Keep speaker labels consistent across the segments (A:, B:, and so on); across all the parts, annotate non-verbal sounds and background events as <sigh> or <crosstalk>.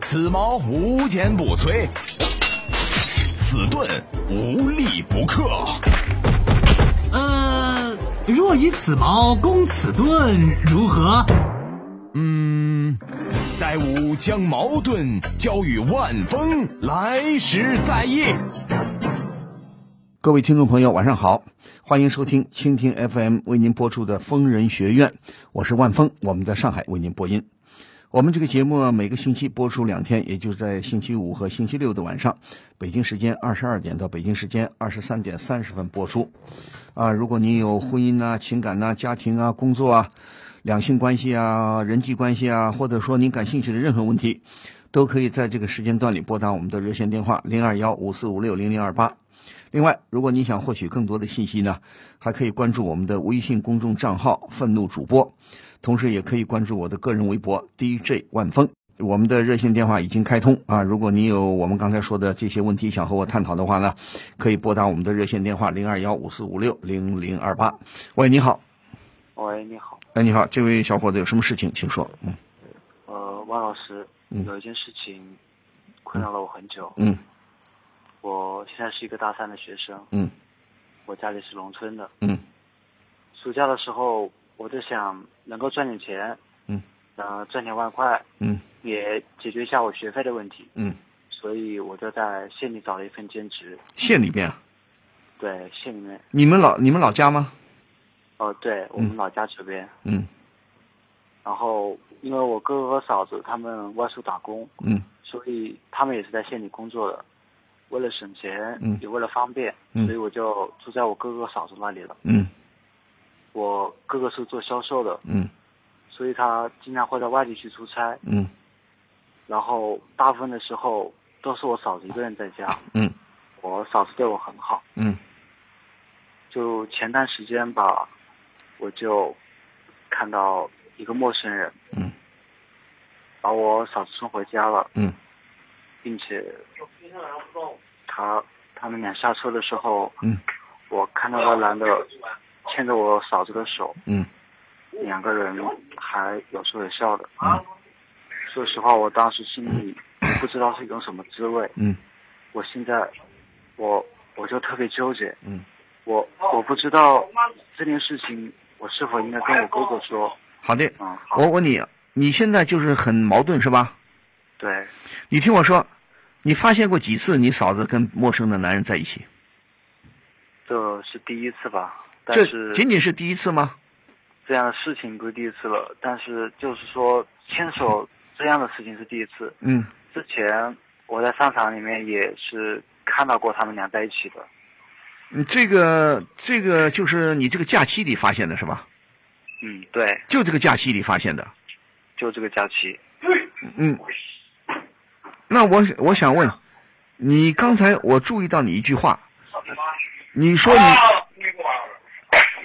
A: 此矛无坚不摧，此盾无力不克。
B: 呃，若以此矛攻此盾，如何？
A: 嗯，待吾将矛盾交与万峰，来时再议。
C: 各位听众朋友，晚上好，欢迎收听蜻蜓 FM 为您播出的《疯人学院》，我是万峰，我们在上海为您播音。我们这个节目啊，每个星期播出两天，也就在星期五和星期六的晚上，北京时间二十二点到北京时间二十三点三十分播出。啊，如果你有婚姻呐、啊情感呐、家庭啊、工作啊、两性关系啊、人际关系啊，或者说您感兴趣的任何问题，都可以在这个时间段里拨打我们的热线电话零二幺五四五六零零二八。另外，如果你想获取更多的信息呢，还可以关注我们的微信公众账号“愤怒主播”，同时也可以关注我的个人微博 DJ 万峰。我们的热线电话已经开通啊！如果你有我们刚才说的这些问题想和我探讨的话呢，可以拨打我们的热线电话零二幺五四五六零零二八。喂，你好，
D: 喂，你好，
C: 哎，你好，这位小伙子有什么事情，请说。嗯
D: 呃，万老师，
C: 嗯
D: 有一件事情困扰了我很久。
C: 嗯
D: 我现在是一个大三的学生，
C: 嗯
D: 我家里是农村的。
C: 嗯
D: 暑假的时候，我就想能够赚点钱，
C: 嗯，
D: 呃，赚点外快，
C: 嗯
D: 也解决一下我学费的问题。
C: 嗯，
D: 所以我就在县里找了一份兼职，
C: 县里边啊，
D: 对，县里面，
C: 你们老你们老家吗？
D: 哦，对我们老家这边。
C: 嗯
D: 然后，因为我哥哥和嫂子他们外出打工，
C: 嗯
D: 所以他们也是在县里工作的。为了省钱，
C: 嗯
D: 也为了方便，
C: 嗯
D: 所以我就住在我哥哥嫂子那里了。
C: 嗯
D: 我哥哥是做销售的，
C: 嗯
D: 所以他经常会到外地去出差，
C: 嗯
D: 然后大部分的时候都是我嫂子一个人在家。
C: 嗯
D: 我嫂子对我很好，
C: 嗯
D: 就前段时间吧，我就看到一个陌生人
C: 嗯
D: 把我嫂子送回家了，
C: 嗯
D: 并且他他们俩下车的时候，
C: 嗯
D: 我看到那男的牵着我嫂子的手，
C: 嗯
D: 两个人还有说有笑的。
C: 嗯
D: 说实话，我当时心里不知道是一种什么滋味。
C: 嗯
D: 我现在，我我就特别纠结。
C: 嗯，
D: 我我不知道这件事情我是否应该跟我哥哥说。
C: 好的。
D: 嗯，
C: 我问你，你现在就是很矛盾是吧？
D: 对，
C: 你听我说，你发现过几次你嫂子跟陌生的男人在一起？
D: 这是第一次吧，但
C: 这
D: 是
C: 仅仅是第一次吗？
D: 这样的事情不是第一次了，但是就是说牵手这样的事情是第一次。
C: 嗯
D: 之前我在商场里面也是看到过他们俩在一起的。
C: 嗯，这个这个就是你这个假期里发现的是吧？
D: 嗯，对，
C: 就这个假期里发现的。
D: 就这个假期。
C: 嗯，那我我想问，你刚才我注意到你一句话，你说
D: 啊
C: 你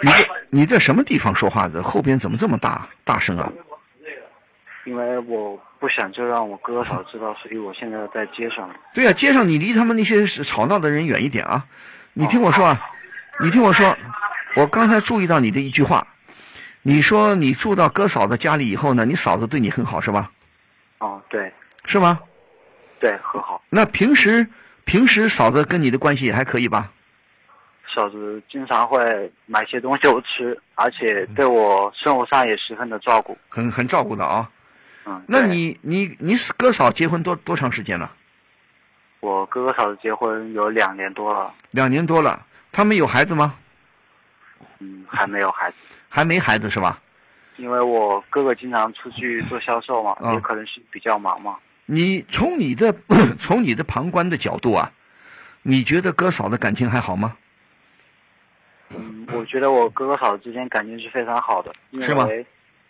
C: 你这你在什么地方说话的？后边怎么这么大大声啊？
D: 因为我不想就让我哥哥嫂子知道，所以我现在在街上。
C: 对啊，街上你离他们那些吵闹的人远一点啊！你听我说啊，你听我说，我刚才注意到你的一句话，你说你住到哥嫂子家里以后呢，你嫂子对你很好是吧？
D: 哦，对，
C: 是吗？
D: 对，和好。
C: 那平时平时嫂子跟你的关系也还可以吧？
D: 嫂子经常会买些东西我吃，
C: 嗯
D: 而且对我生活上也十分的照顾。
C: 很很照顾的啊。
D: 嗯，
C: 那
D: 对
C: 你你你哥嫂结婚多多长时间了？
D: 我哥哥嫂子结婚有两年多了，
C: 两年多了。他们有孩子吗？
D: 嗯，还没有孩子。 <laughs>
C: 还没孩子是吧？
D: 因为我哥哥经常出去做销售嘛，
C: 嗯
D: 也可能是比较忙嘛。
C: 你从你的 <coughs> 从你的旁观的角度啊，你觉得哥嫂的感情还好吗？
D: 嗯，我觉得我哥哥嫂子之间感情是非常好的，因
C: 是吗
D: 为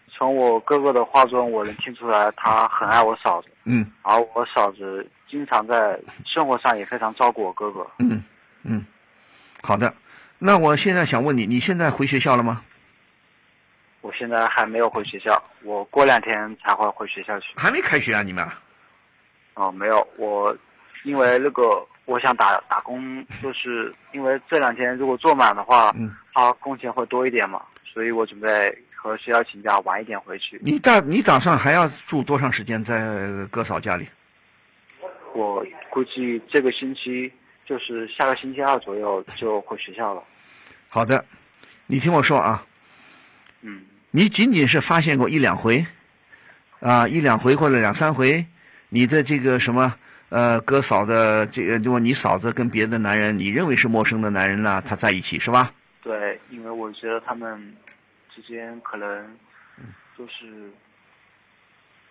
D: 从我哥哥的话中，我能听出来他很爱我嫂子，
C: 嗯
D: 而我嫂子经常在生活上也非常照顾我哥哥。
C: 嗯嗯，好的。那我现在想问你，你现在回学校了吗？
D: 我现在还没有回学校，我过两天才会回学校去。
C: 还没开学啊，你们？
D: 哦，没有，我因为那个我想打打工，就是因为这两天如果做满的话，
C: 嗯，
D: 他工钱会多一点嘛，所以我准备和学校请假晚一点回去。
C: 你打你打算还要住多长时间在哥嫂家里？
D: 我估计这个星期就是下个星期二左右就回学校了。
C: 好的，你听我说啊，
D: 嗯，
C: 你仅仅是发现过一两回，啊，一两回或者两三回，你的这个什么呃哥嫂的这个，如果你嫂子跟别的男人，你认为是陌生的男人呢、他在一起是吧？
D: 对，因为我觉得他们之间可能就是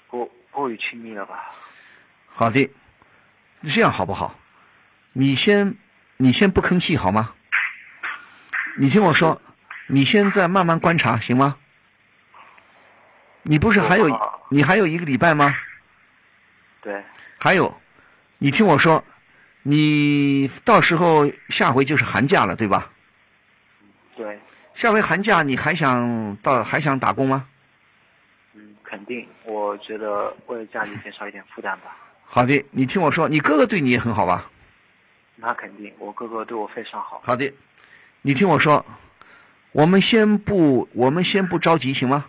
D: 过过于亲密了吧。
C: 好的，这样好不好？你先，你先不吭气好吗？你听我说，你现在慢慢观察行吗？你不是还有
D: 好
C: 你还有一个礼拜吗？
D: 对，
C: 还有，你听我说，你到时候下回就是寒假了，对吧？
D: 对，
C: 下回寒假你还想到还想打工吗？
D: 嗯，肯定，我觉得为了家里减少一点负担吧。
C: 好的，你听我说，你哥哥对你也很好吧？
D: 那肯定，我哥哥对我非常好。
C: 好的，你听我说，我们先不，我们先不着急，行吗？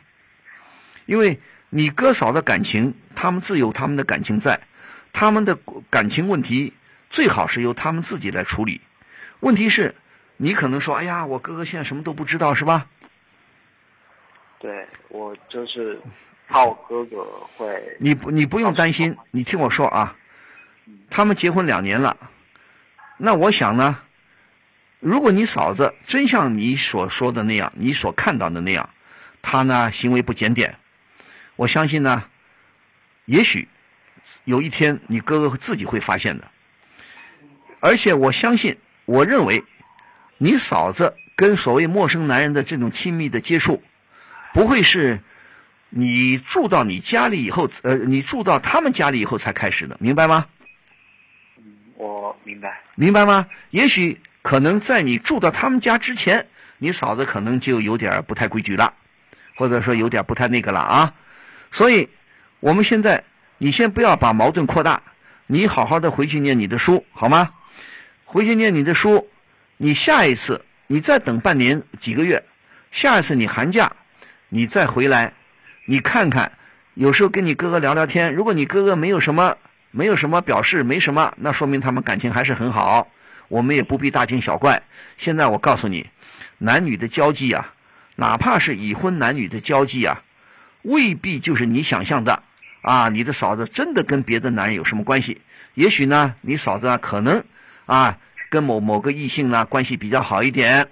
C: 因为你哥嫂的感情，他们自有他们的感情在，他们的感情问题最好是由他们自己来处理。问题是，你可能说，哎呀，我哥哥现在什么都不知道，是吧？
D: 对我就是怕我哥哥会，
C: 你不，你不用担心，你听我说啊，他们结婚两年了，那我想呢，如果你嫂子真像你所说的那样，你所看到的那样，她呢行为不检点，我相信呢，也许有一天你哥哥会自己会发现的，而且我相信，我认为你嫂子跟所谓陌生男人的这种亲密的接触，不会是你住到你家里以后，呃，你住到他们家里以后才开始的，明白吗？
D: 我明白。
C: 明白吗？也许可能在你住到他们家之前，你嫂子可能就有点不太规矩了，或者说有点不太那个了啊。所以，我们现在你先不要把矛盾扩大，你好好的回去念你的书，好吗？回去念你的书，你下一次你再等半年几个月，下一次你寒假你再回来，你看看，有时候跟你哥哥聊聊天，如果你哥哥没有什么没有什么表示，没什么，那说明他们感情还是很好，我们也不必大惊小怪。现在我告诉你，男女的交际啊，哪怕是已婚男女的交际啊，未必就是你想象的啊，你的嫂子真的跟别的男人有什么关系？也许呢，你嫂子啊，可能啊，跟某某个异性呢关系比较好一点，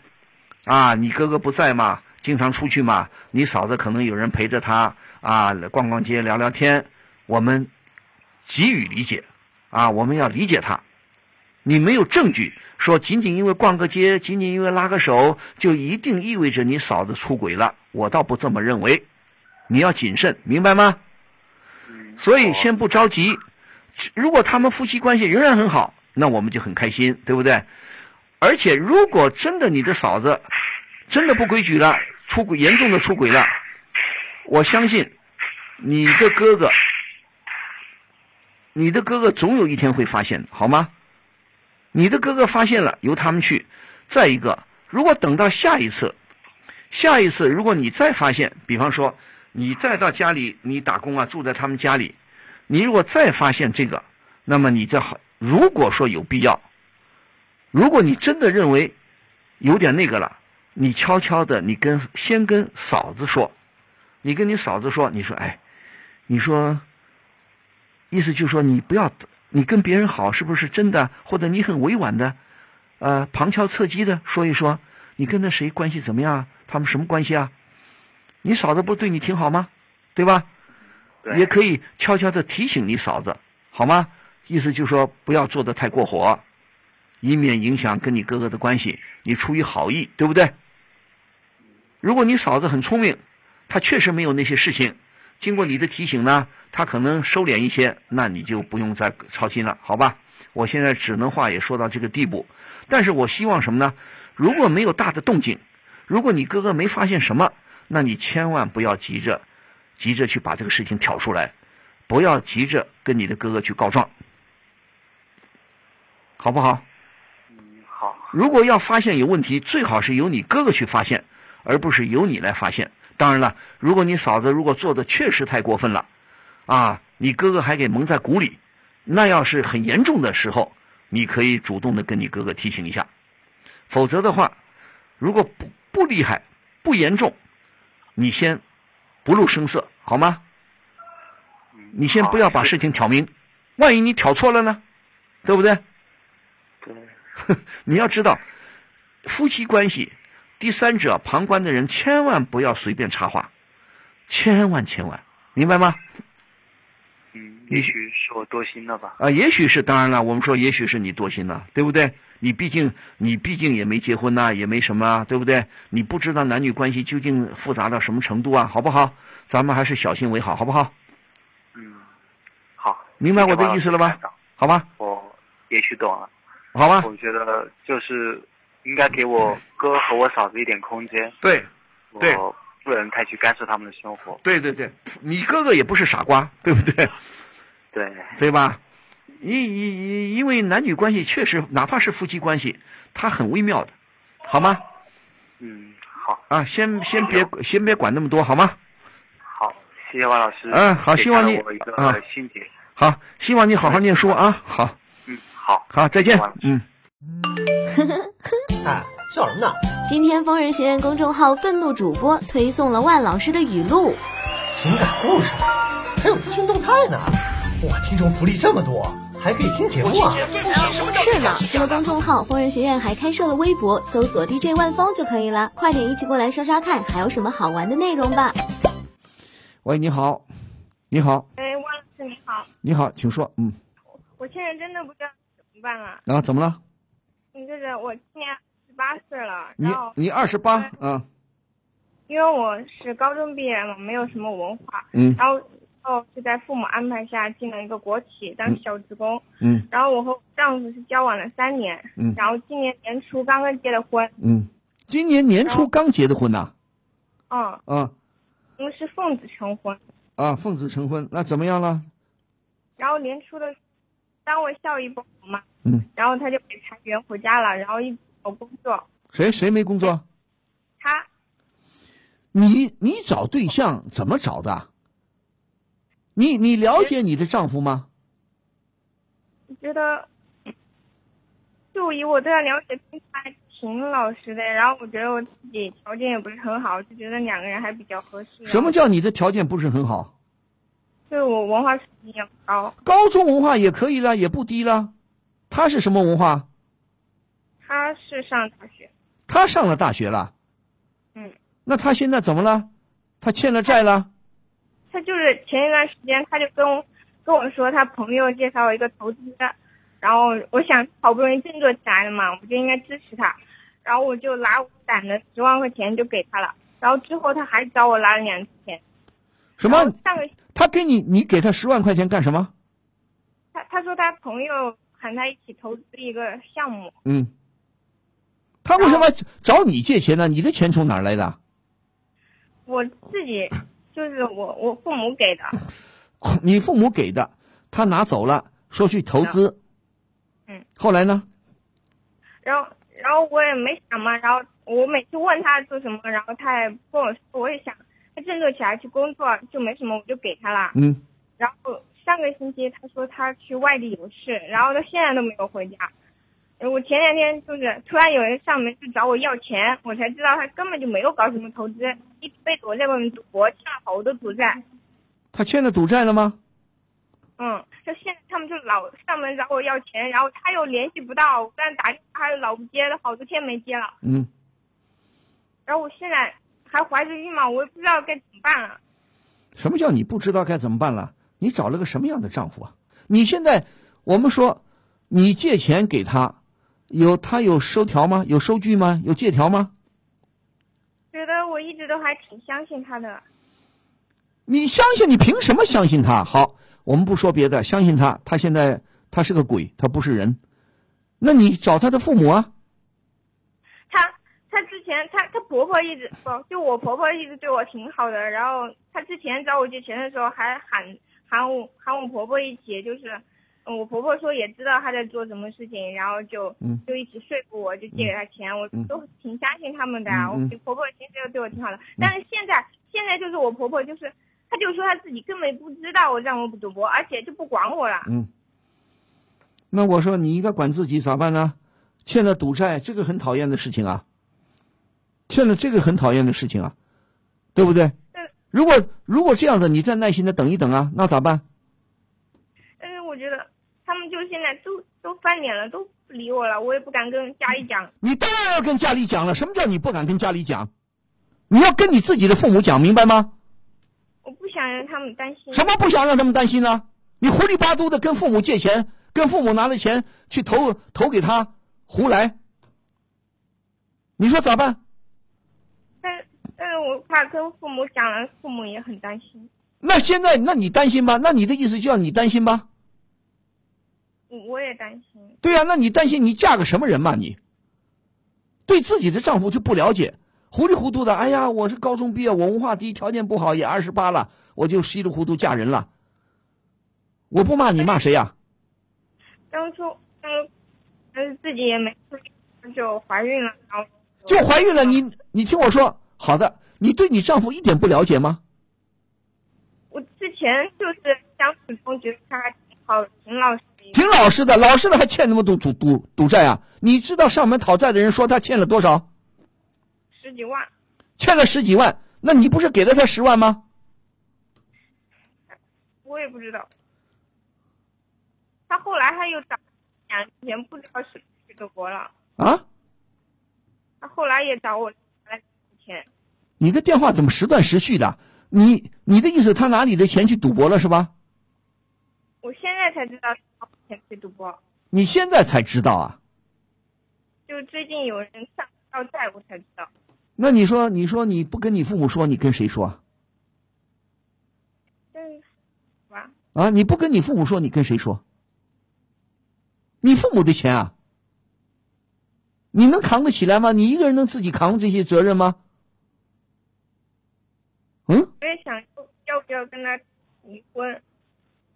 C: 啊，你哥哥不在嘛，经常出去嘛，你嫂子可能有人陪着她啊，逛逛街聊聊天，我们给予理解，啊，我们要理解她。你没有证据说仅仅因为逛个街，仅仅因为拉个手，就一定意味着你嫂子出轨了，我倒不这么认为。你要谨慎，明白吗？
D: 嗯，
C: 所以
D: 我
C: 先不着急。如果他们夫妻关系仍然很好，那我们就很开心，对不对？而且如果真的你的嫂子真的不规矩了，出轨严重的出轨了，我相信你的哥哥，你的哥哥总有一天会发现的，好吗？你的哥哥发现了，由他们去。再一个，如果等到下一次，下一次如果你再发现，比方说你再到家里你打工啊，住在他们家里，你如果再发现这个，那么你再好，如果说有必要，如果你真的认为有点那个了，你悄悄的，你跟先跟嫂子说，你跟你嫂子说，你说哎，你说，意思就是说你不要，你跟别人好是不是真的，或者你很委婉的，呃，旁敲侧击的说一说，你跟那谁关系怎么样啊？他们什么关系啊？你嫂子不是对你挺好吗？对吧？
D: 对
C: 也可以悄悄的提醒你嫂子，好吗？意思就是说不要做的太过火，以免影响跟你哥哥的关系。你出于好意，对不对？如果你嫂子很聪明，她确实没有那些事情，经过你的提醒呢，她可能收敛一些，那你就不用再操心了，好吧？我现在只能话也说到这个地步，但是我希望什么呢？如果没有大的动静，如果你哥哥没发现什么，那你千万不要急着，急着去把这个事情挑出来，不要急着跟你的哥哥去告状，好不好？
D: 嗯好，
C: 如果要发现有问题，最好是由你哥哥去发现，而不是由你来发现。当然了，如果你嫂子如果做的确实太过分了，啊，你哥哥还给蒙在鼓里，那要是很严重的时候，你可以主动的跟你哥哥提醒一下，否则的话，如果不不厉害、不严重，你先不露声色，好吗？
D: 嗯
C: 你先不要把
D: 好
C: 事情挑明，万一你挑错了呢，对不对？
D: 对，
C: 你要知道，夫妻关系，第三者旁观的人千万不要随便插话，千万千万，明白吗？
D: 嗯，
C: 你
D: 也许是我多心了吧。
C: 啊，也许是，当然了，我们说也许是你多心了，对不对？你毕竟你毕竟也没结婚呐、也没什么、啊，对不对？你不知道男女关系究竟复杂到什么程度啊，好不好？咱们还是小心为好，好不好？
D: 嗯，好，
C: 明白我的意思了吧啊
D: 谢谢王老师的开导？
C: 好吧，
D: 我也许懂了。
C: 好吧，
D: 我觉得就是应该给我哥和我嫂子一点空间，
C: 对，对
D: 我不能太去干涉他们的生活。
C: 对对对，你哥哥也不是傻瓜，对不对？
D: 对，
C: 对吧？因因因为男女关系确实，哪怕是夫妻关系，它很微妙的，好吗？
D: 嗯，好，
C: 啊，先先别先别管那么多，好吗？
D: 好，谢谢王老师。
C: 嗯好希望你
D: 给了我
C: 啊
D: 一个心结。
C: 好，希望你好好念书啊！好，
D: 嗯，好，
C: 好，再见
D: 好吧，
C: 嗯。
B: 哎，笑什么呢？
E: 今天疯人学院公众号愤怒主播推送了万老师的语录，
B: 情感故事，还有资讯动态呢。哇，听众福利这么多，还可以听节目啊！
E: 是呢。除了公众号，疯人学院还开设了微博，搜索 DJ 万峰就可以了。快点一起过来刷刷看，还有什么好玩的内容吧。
C: 喂，你好，你好，
F: 哎，汪老师你好，
C: 你好，请说。嗯，
F: 我现在真的不知道怎么办了。
C: 啊，怎么了？
F: 你就是我今年十八岁了，
C: 你
F: 然后
C: 你二十八，嗯
F: 因为我是高中毕业嘛，没有什么文化，
C: 嗯
F: 然后哦是在父母安排下进了一个国企当小职工，
C: 嗯
F: 然后我和我丈夫是交往了三年，
C: 嗯
F: 然后今年年初刚刚结的婚，
C: 嗯，今年年初刚结的婚呐、
F: 嗯，
C: 啊
F: 我们是奉子成婚，
C: 啊，奉子成婚，那怎么样了？
F: 然后年初的，单位效益不好嘛，
C: 嗯，
F: 然后他就被裁员回家了，然后一直没有工作，
C: 谁谁没工作？
F: 他
C: 你你找对象怎么找的？啊你你了解你的丈夫吗？
F: 我觉得，就以我对他了解，他还挺老实的。然后我觉得我自己条件也不是很好，就觉得两个人还比较合适。啊
C: 什么？叫你的条件不是很好？
F: 对我文化水平也不高，
C: 高中文化也可以了，也不低了。他是什么文化？
F: 他是上大学，
C: 他上了大学了。
F: 嗯。
C: 那他现在怎么了？他欠了债了？
F: 他就是前一段时间他就跟我跟我说，他朋友介绍一个投资，然后我想好不容易振作起来了嘛，我就应该支持他，然后我就拿我攒的十万块钱就给他了。然后之后他还找我拿了两次钱，
C: 什
F: 然后
C: 么？
F: 上个
C: 他给你，你给他十万块钱干什么？
F: 他他说他朋友喊他一起投资一个项目，
C: 嗯。他为什么找你借钱呢？你的钱从哪儿来的？ <laughs>
F: 我自己就是我我父母给的，
C: 你父母给的，他拿走了，说去投资。
F: 嗯。
C: 后来呢？
F: 然后然后我也没想嘛，然后我每次问他做什么，然后他也不跟我说，我也想他振作起来去工作就没什么，我就给他了。
C: 嗯。
F: 然后上个星期他说他去外地有事，然后到现在都没有回家。呃我前两天就是突然有人上门去找我要钱，我才知道他根本就没有搞什么投资，一直被躲在外面赌博，欠了好多赌债。
C: 他欠了赌债了吗？
F: 嗯，就现在他们就老上门找我要钱，然后他又联系不到，我但打电话又老不接了，好多天没接了。
C: 嗯。
F: 然后我现在还怀着孕嘛，我也不知道该怎么办了。
C: 什么叫你不知道该怎么办了？你找了个什么样的丈夫啊？你现在我们说，你借钱给他，有他有收条吗？有收据吗？有借条吗？
F: 觉得我一直都还挺相信他的，
C: 你相信？你凭什么相信他？好，我们不说别的，相信他，他现在他是个鬼，他不是人。那你找他的父母啊？
F: 他他之前他他婆婆一直不就我婆婆一直对我挺好的，然后他之前找我借钱的时候还喊喊我喊我婆婆一起，就是嗯我婆婆说也知道他在做什么事情，然后就
C: 嗯
F: 就一起说服我，就借给他钱，我
C: 嗯
F: 都挺相信他们的啊。
C: 嗯嗯嗯
F: 我婆婆平时又对我挺好的，但是现在现在就是我婆婆就是。她就说她自己根本不知道我让我赌博，而且就不管我了。
C: 嗯，那我说你应该管自己咋办呢？现在赌债这个很讨厌的事情啊，现在这个很讨厌的事情啊，对不对？如果如果这样子，你再耐心的等一等啊，那咋办？
F: 但是我觉得他们就现在都都翻脸了，都不理我了，我也不敢跟家里讲。
C: 你当然要跟家里讲了。什么叫你不敢跟家里讲？你要跟你自己的父母讲，明白吗？
F: 我不想让他们担心。
C: 什么不想让他们担心呢？你糊里巴嘟的跟父母借钱，跟父母拿了钱去投投给他胡来，你说咋办？
F: 但但是我怕跟父母讲了，父母也很担心。
C: 那现在，那你担心吧？那你的意思就要你担心吧？
F: 我我也担心，
C: 对呀、那你担心你嫁个什么人嘛？你对自己的丈夫就不了解，糊里糊涂的。哎呀，我是高中毕业，我文化低，条件不好，也二十八了，我就稀里糊涂嫁人了。我不骂你骂谁呀、
F: 当初嗯，但是自己也没注意，就怀孕了，然后
C: 就怀孕了，你你听我说，好的，你对你丈夫一点不了解吗？
F: 我之前就是相处中觉得他还挺好，挺老实的。
C: 挺老实的，老实的还欠那么多赌赌赌债啊？你知道上门讨债的人说他欠了多少？
F: 十几万，
C: 欠了十几万，那你不是给了他十万吗？
F: 我也不知道。他后来他又找两年，不知道是不是德国了。
C: 啊，
F: 他后来也找我来钱，
C: 你的电话怎么时断时续的？你你的意思他拿你的钱去赌博了是吧？
F: 我现在才知道他钱去赌博，
C: 你现在才知道啊？
F: 就最近有人上要债，我才知道。
C: 那你说你说你不跟你父母说，你跟谁说啊？
F: 但是，好吧，
C: 啊，你不跟你父母说，你跟谁说？你父母的钱啊，你能扛得起来吗？你一个人能自己扛这些责任吗？嗯，
F: 我也想要不要跟他离婚，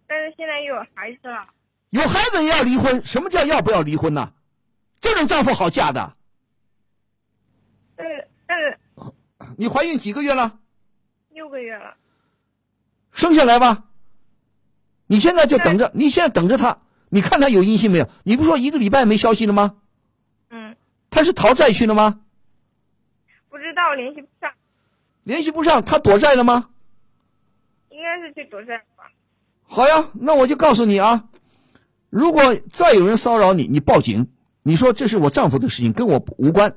F: 但是现在又有孩子了，
C: 有孩子也要离婚，什么叫要不要离婚呢、这种丈夫好嫁的。
F: 但是但是
C: 你怀孕几个月了？
F: 六个月了，
C: 生下来吧。你现在就等着，你现在等着他，你看他有音信没有？你不说一个礼拜没消息了吗？
F: 嗯，
C: 他是逃债去了吗？
F: 不知道联系不上，
C: 联系不上，他躲债了吗？
F: 应该是去躲债吧。
C: 好呀，那我就告诉你啊，如果再有人骚扰你，你报警，你说这是我丈夫的事情，跟我无关，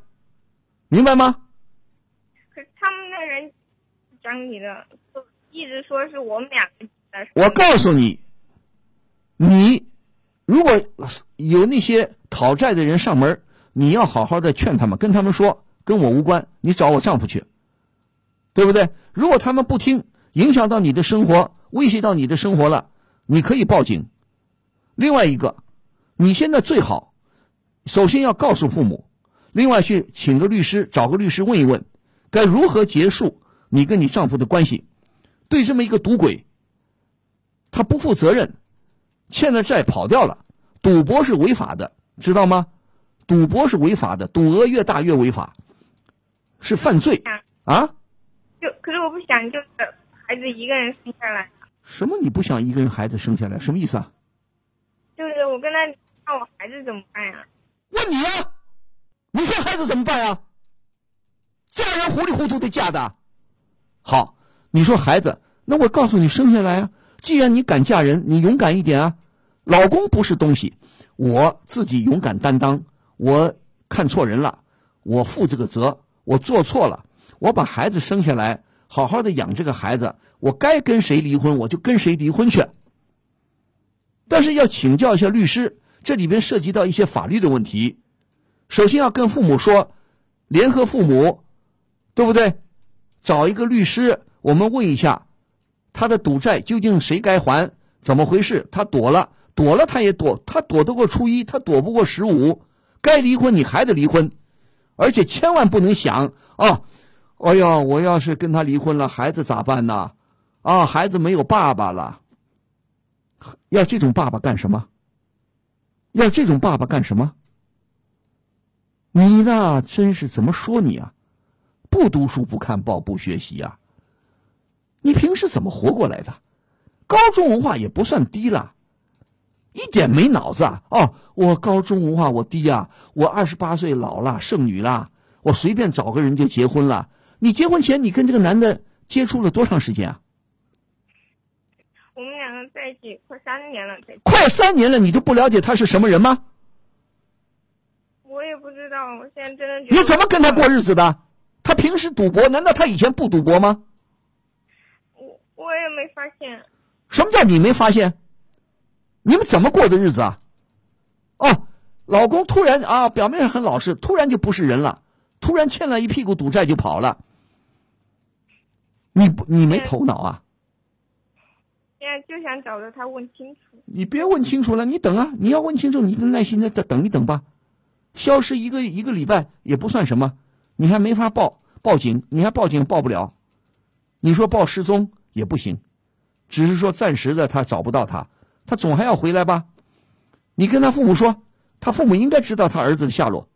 C: 明白吗？
F: 可是他们那人讲你的，就一直说是我们两个的事。
C: 我告诉你，你如果有那些讨债的人上门，你要好好的劝他们，跟他们说跟我无关，你找我丈夫去，对不对？如果他们不听，影响到你的生活，威胁到你的生活了，你可以报警。另外一个，你现在最好，首先要告诉父母，另外去请个律师，找个律师问一问，该如何结束你跟你丈夫的关系。对这么一个赌鬼，他不负责任，欠了债跑掉了。赌博是违法的，知道吗？赌博是违法的，赌额越大越违法，是犯罪啊！
F: 就可是我不想就是孩子一个人生下来，
C: 什么你不想一个人孩子生下来，什么意思啊？
F: 就是我跟他那我孩子怎么办呀、
C: 问你呀、你说孩子怎么办呀、嫁人糊里糊涂的嫁的，啊好，你说孩子，那我告诉你，生下来啊，既然你敢嫁人，你勇敢一点啊。老公不是东西，我自己勇敢担当。我看错人了，我负这个责，我做错了，我把孩子生下来，好好的养这个孩子，我该跟谁离婚我就跟谁离婚去。但是要请教一下律师，这里边涉及到一些法律的问题。首先要跟父母说，联合父母，对不对？找一个律师，我们问一下，他的赌债究竟谁该还？怎么回事？他躲了，躲了，他也躲，他躲得过初一，他躲不过十五。该离婚你还得离婚，而且千万不能想啊，哎呀，我要是跟他离婚了，孩子咋办呢？啊，孩子没有爸爸了，要这种爸爸干什么？要这种爸爸干什么？你那真是怎么说你啊？不读书、不看报、不学习啊呀、你平时怎么活过来的？高中文化也不算低了，一点没脑子啊！哦，我高中文化我低啊，我二十八岁老了，剩女了，我随便找个人就结婚了。你结婚前你跟这个男的接触了多长时间啊？
F: 我们两个在一起快三年了，在一起
C: 快三年了，你都不了解他是什么人吗？
F: 我也不知道，我现在真的觉得
C: 你怎么跟他过日子的？他平时赌博，难道他以前不赌博吗？
F: 我我也没发现，
C: 什么叫你没发现？你们怎么过的日子啊？哦，老公突然啊，表面上很老实，突然就不是人了，突然欠了一屁股赌债就跑了。你不，你没头脑啊？
F: 现在就想找着他问清楚。
C: 你别问清楚了，你等啊！你要问清楚，你就耐心的等等一等吧。消失一个一个礼拜也不算什么，你还没法报报警，你还报警报不了。你说报失踪也不行，只是说暂时的他找不到他，他总还要回来吧？你跟他父母说，他父母应该知道他儿子的下落。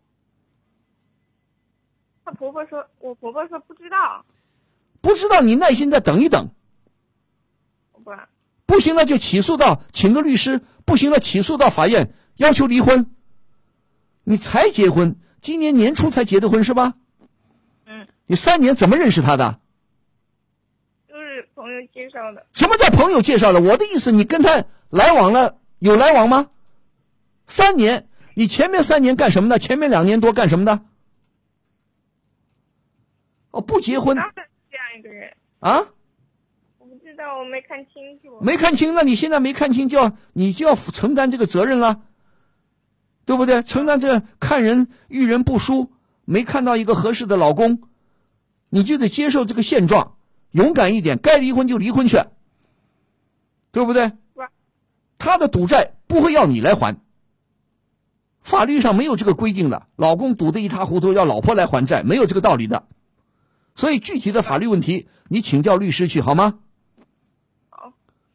F: 她婆婆说，我婆婆说不知道，
C: 不知道你耐心的等一等，
F: 我不，
C: 不行了就起诉到，请个律师；不行了起诉到法院，要求离婚。你才结婚，今年年初才结的婚是吧？
F: 嗯，
C: 你三年怎么认识他的？
F: 就是朋友介绍的，
C: 什么叫朋友介绍的？我的意思，你跟他来往了有来往吗？三年，你前面三年干什么的？前面两年多干什么的？哦，不结婚
F: 当然是这样一个人，
C: 啊？
F: 我不知道，我没看清楚。
C: 没看清，那你现在没看清，就要你就要承担这个责任了，对不对？承担这看人遇人不淑，没看到一个合适的老公，你就得接受这个现状，勇敢一点，该离婚就离婚去，对不对？他的赌债不会要你来还，法律上没有这个规定的，老公赌得一塌糊涂要老婆来还债，没有这个道理的。所以具体的法律问题，你请教律师去好吗？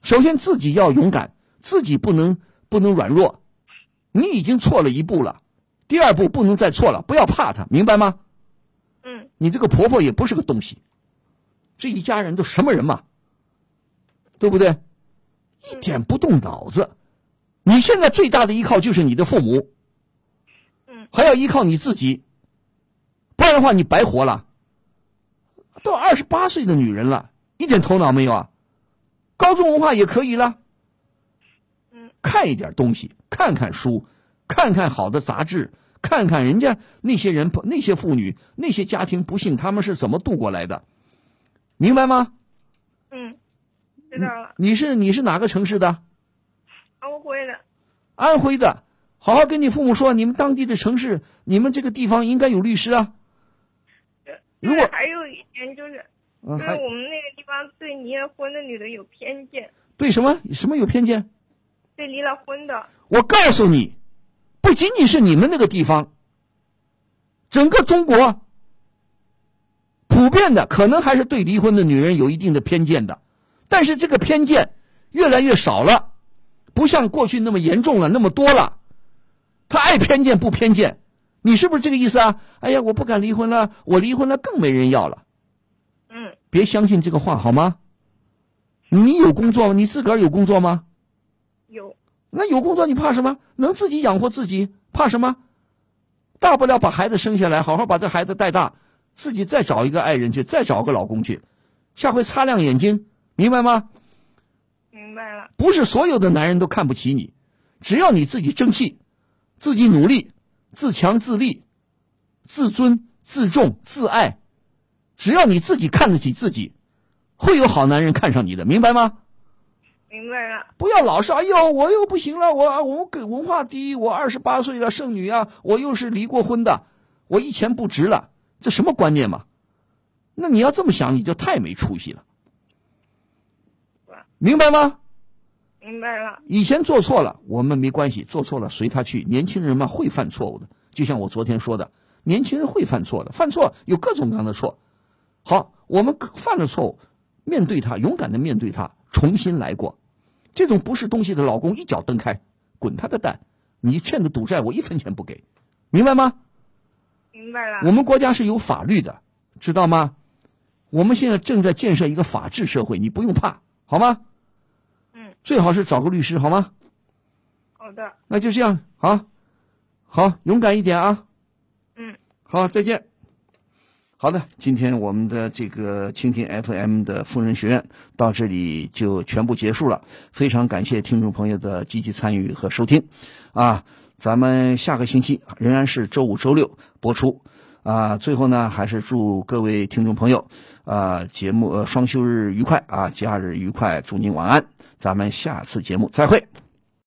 C: 首先自己要勇敢，自己不能不能软弱。你已经错了一步了，第二步不能再错了，不要怕他，明白吗？
F: 嗯，
C: 你这个婆婆也不是个东西，这一家人都什么人嘛，对不对？一点不动脑子，你现在最大的依靠就是你的父母，
F: 嗯，
C: 还要依靠你自己，不然的话你白活了。都二十八岁的女人了，一点头脑没有啊？高中文化也可以了。
F: 嗯，
C: 看一点东西，看看书，看看好的杂志，看看人家那些人、那些妇女、那些家庭不幸，他们是怎么度过来的，明白吗？
F: 嗯，知道了，
C: 你是你是哪个城市的？
F: 安徽的，
C: 安徽的，好好跟你父母说，你们当地的城市，你们这个地方应该有律师啊。如果
F: 就是还有一点就是，
C: 嗯，
F: 就是
C: 还
F: 我们那个地方对离了婚的女的有偏见，
C: 对什么什么有偏见？
F: 对离了婚的，
C: 我告诉你，不仅仅是你们那个地方，整个中国普遍的可能还是对离婚的女人有一定的偏见的，但是这个偏见越来越少了，不像过去那么严重了，那么多了。他爱偏见不偏见，你是不是这个意思啊？哎呀，我不敢离婚了，我离婚了更没人要了。
F: 嗯，
C: 别相信这个话好吗？你有工作吗？你自个儿有工作吗？
F: 有，
C: 那有工作你怕什么？能自己养活自己，怕什么？大不了把孩子生下来，好好把这孩子带大，自己再找一个爱人去，再找个老公去，下回擦亮眼睛，明白吗？
F: 明白了，
C: 不是所有的男人都看不起你，只要你自己争气，自己努力，自强自立，自尊、自重、自爱，只要你自己看得起自己，会有好男人看上你的，明白吗？
F: 明白了，
C: 不要老是哎呦，我又不行了，我我给文化低，我二十八岁了，剩女啊，我又是离过婚的，我一钱不值了，这什么观念嘛？那你要这么想，你就太没出息了，明白吗？
F: 明白了，
C: 以前做错了，我们没关系，做错了随他去。年轻人嘛，会犯错误的，就像我昨天说的，年轻人会犯错的，犯错有各种各样的错。好，我们犯了错误，面对他，勇敢的面对他，重新来过。这种不是东西的老公，一脚蹬开，滚他的蛋！你欠的赌债，我一分钱不给，明白吗？
F: 明白了，
C: 我们国家是有法律的，知道吗？我们现在正在建设一个法治社会，你不用怕，好吗？
F: 嗯，
C: 最好是找个律师，好吗？
F: 哦，好的，
C: 那就这样啊，好，勇敢一点啊。
F: 嗯，
C: 好，再见。好的，今天我们的这个蜻蜓 FM 的疯人学院到这里就全部结束了，非常感谢听众朋友的积极参与和收听，啊，咱们下个星期仍然是周五、周六播出，啊，最后呢还是祝各位听众朋友，啊，节目呃双休日愉快啊，节假日愉快，祝您晚安，咱们下次节目再会。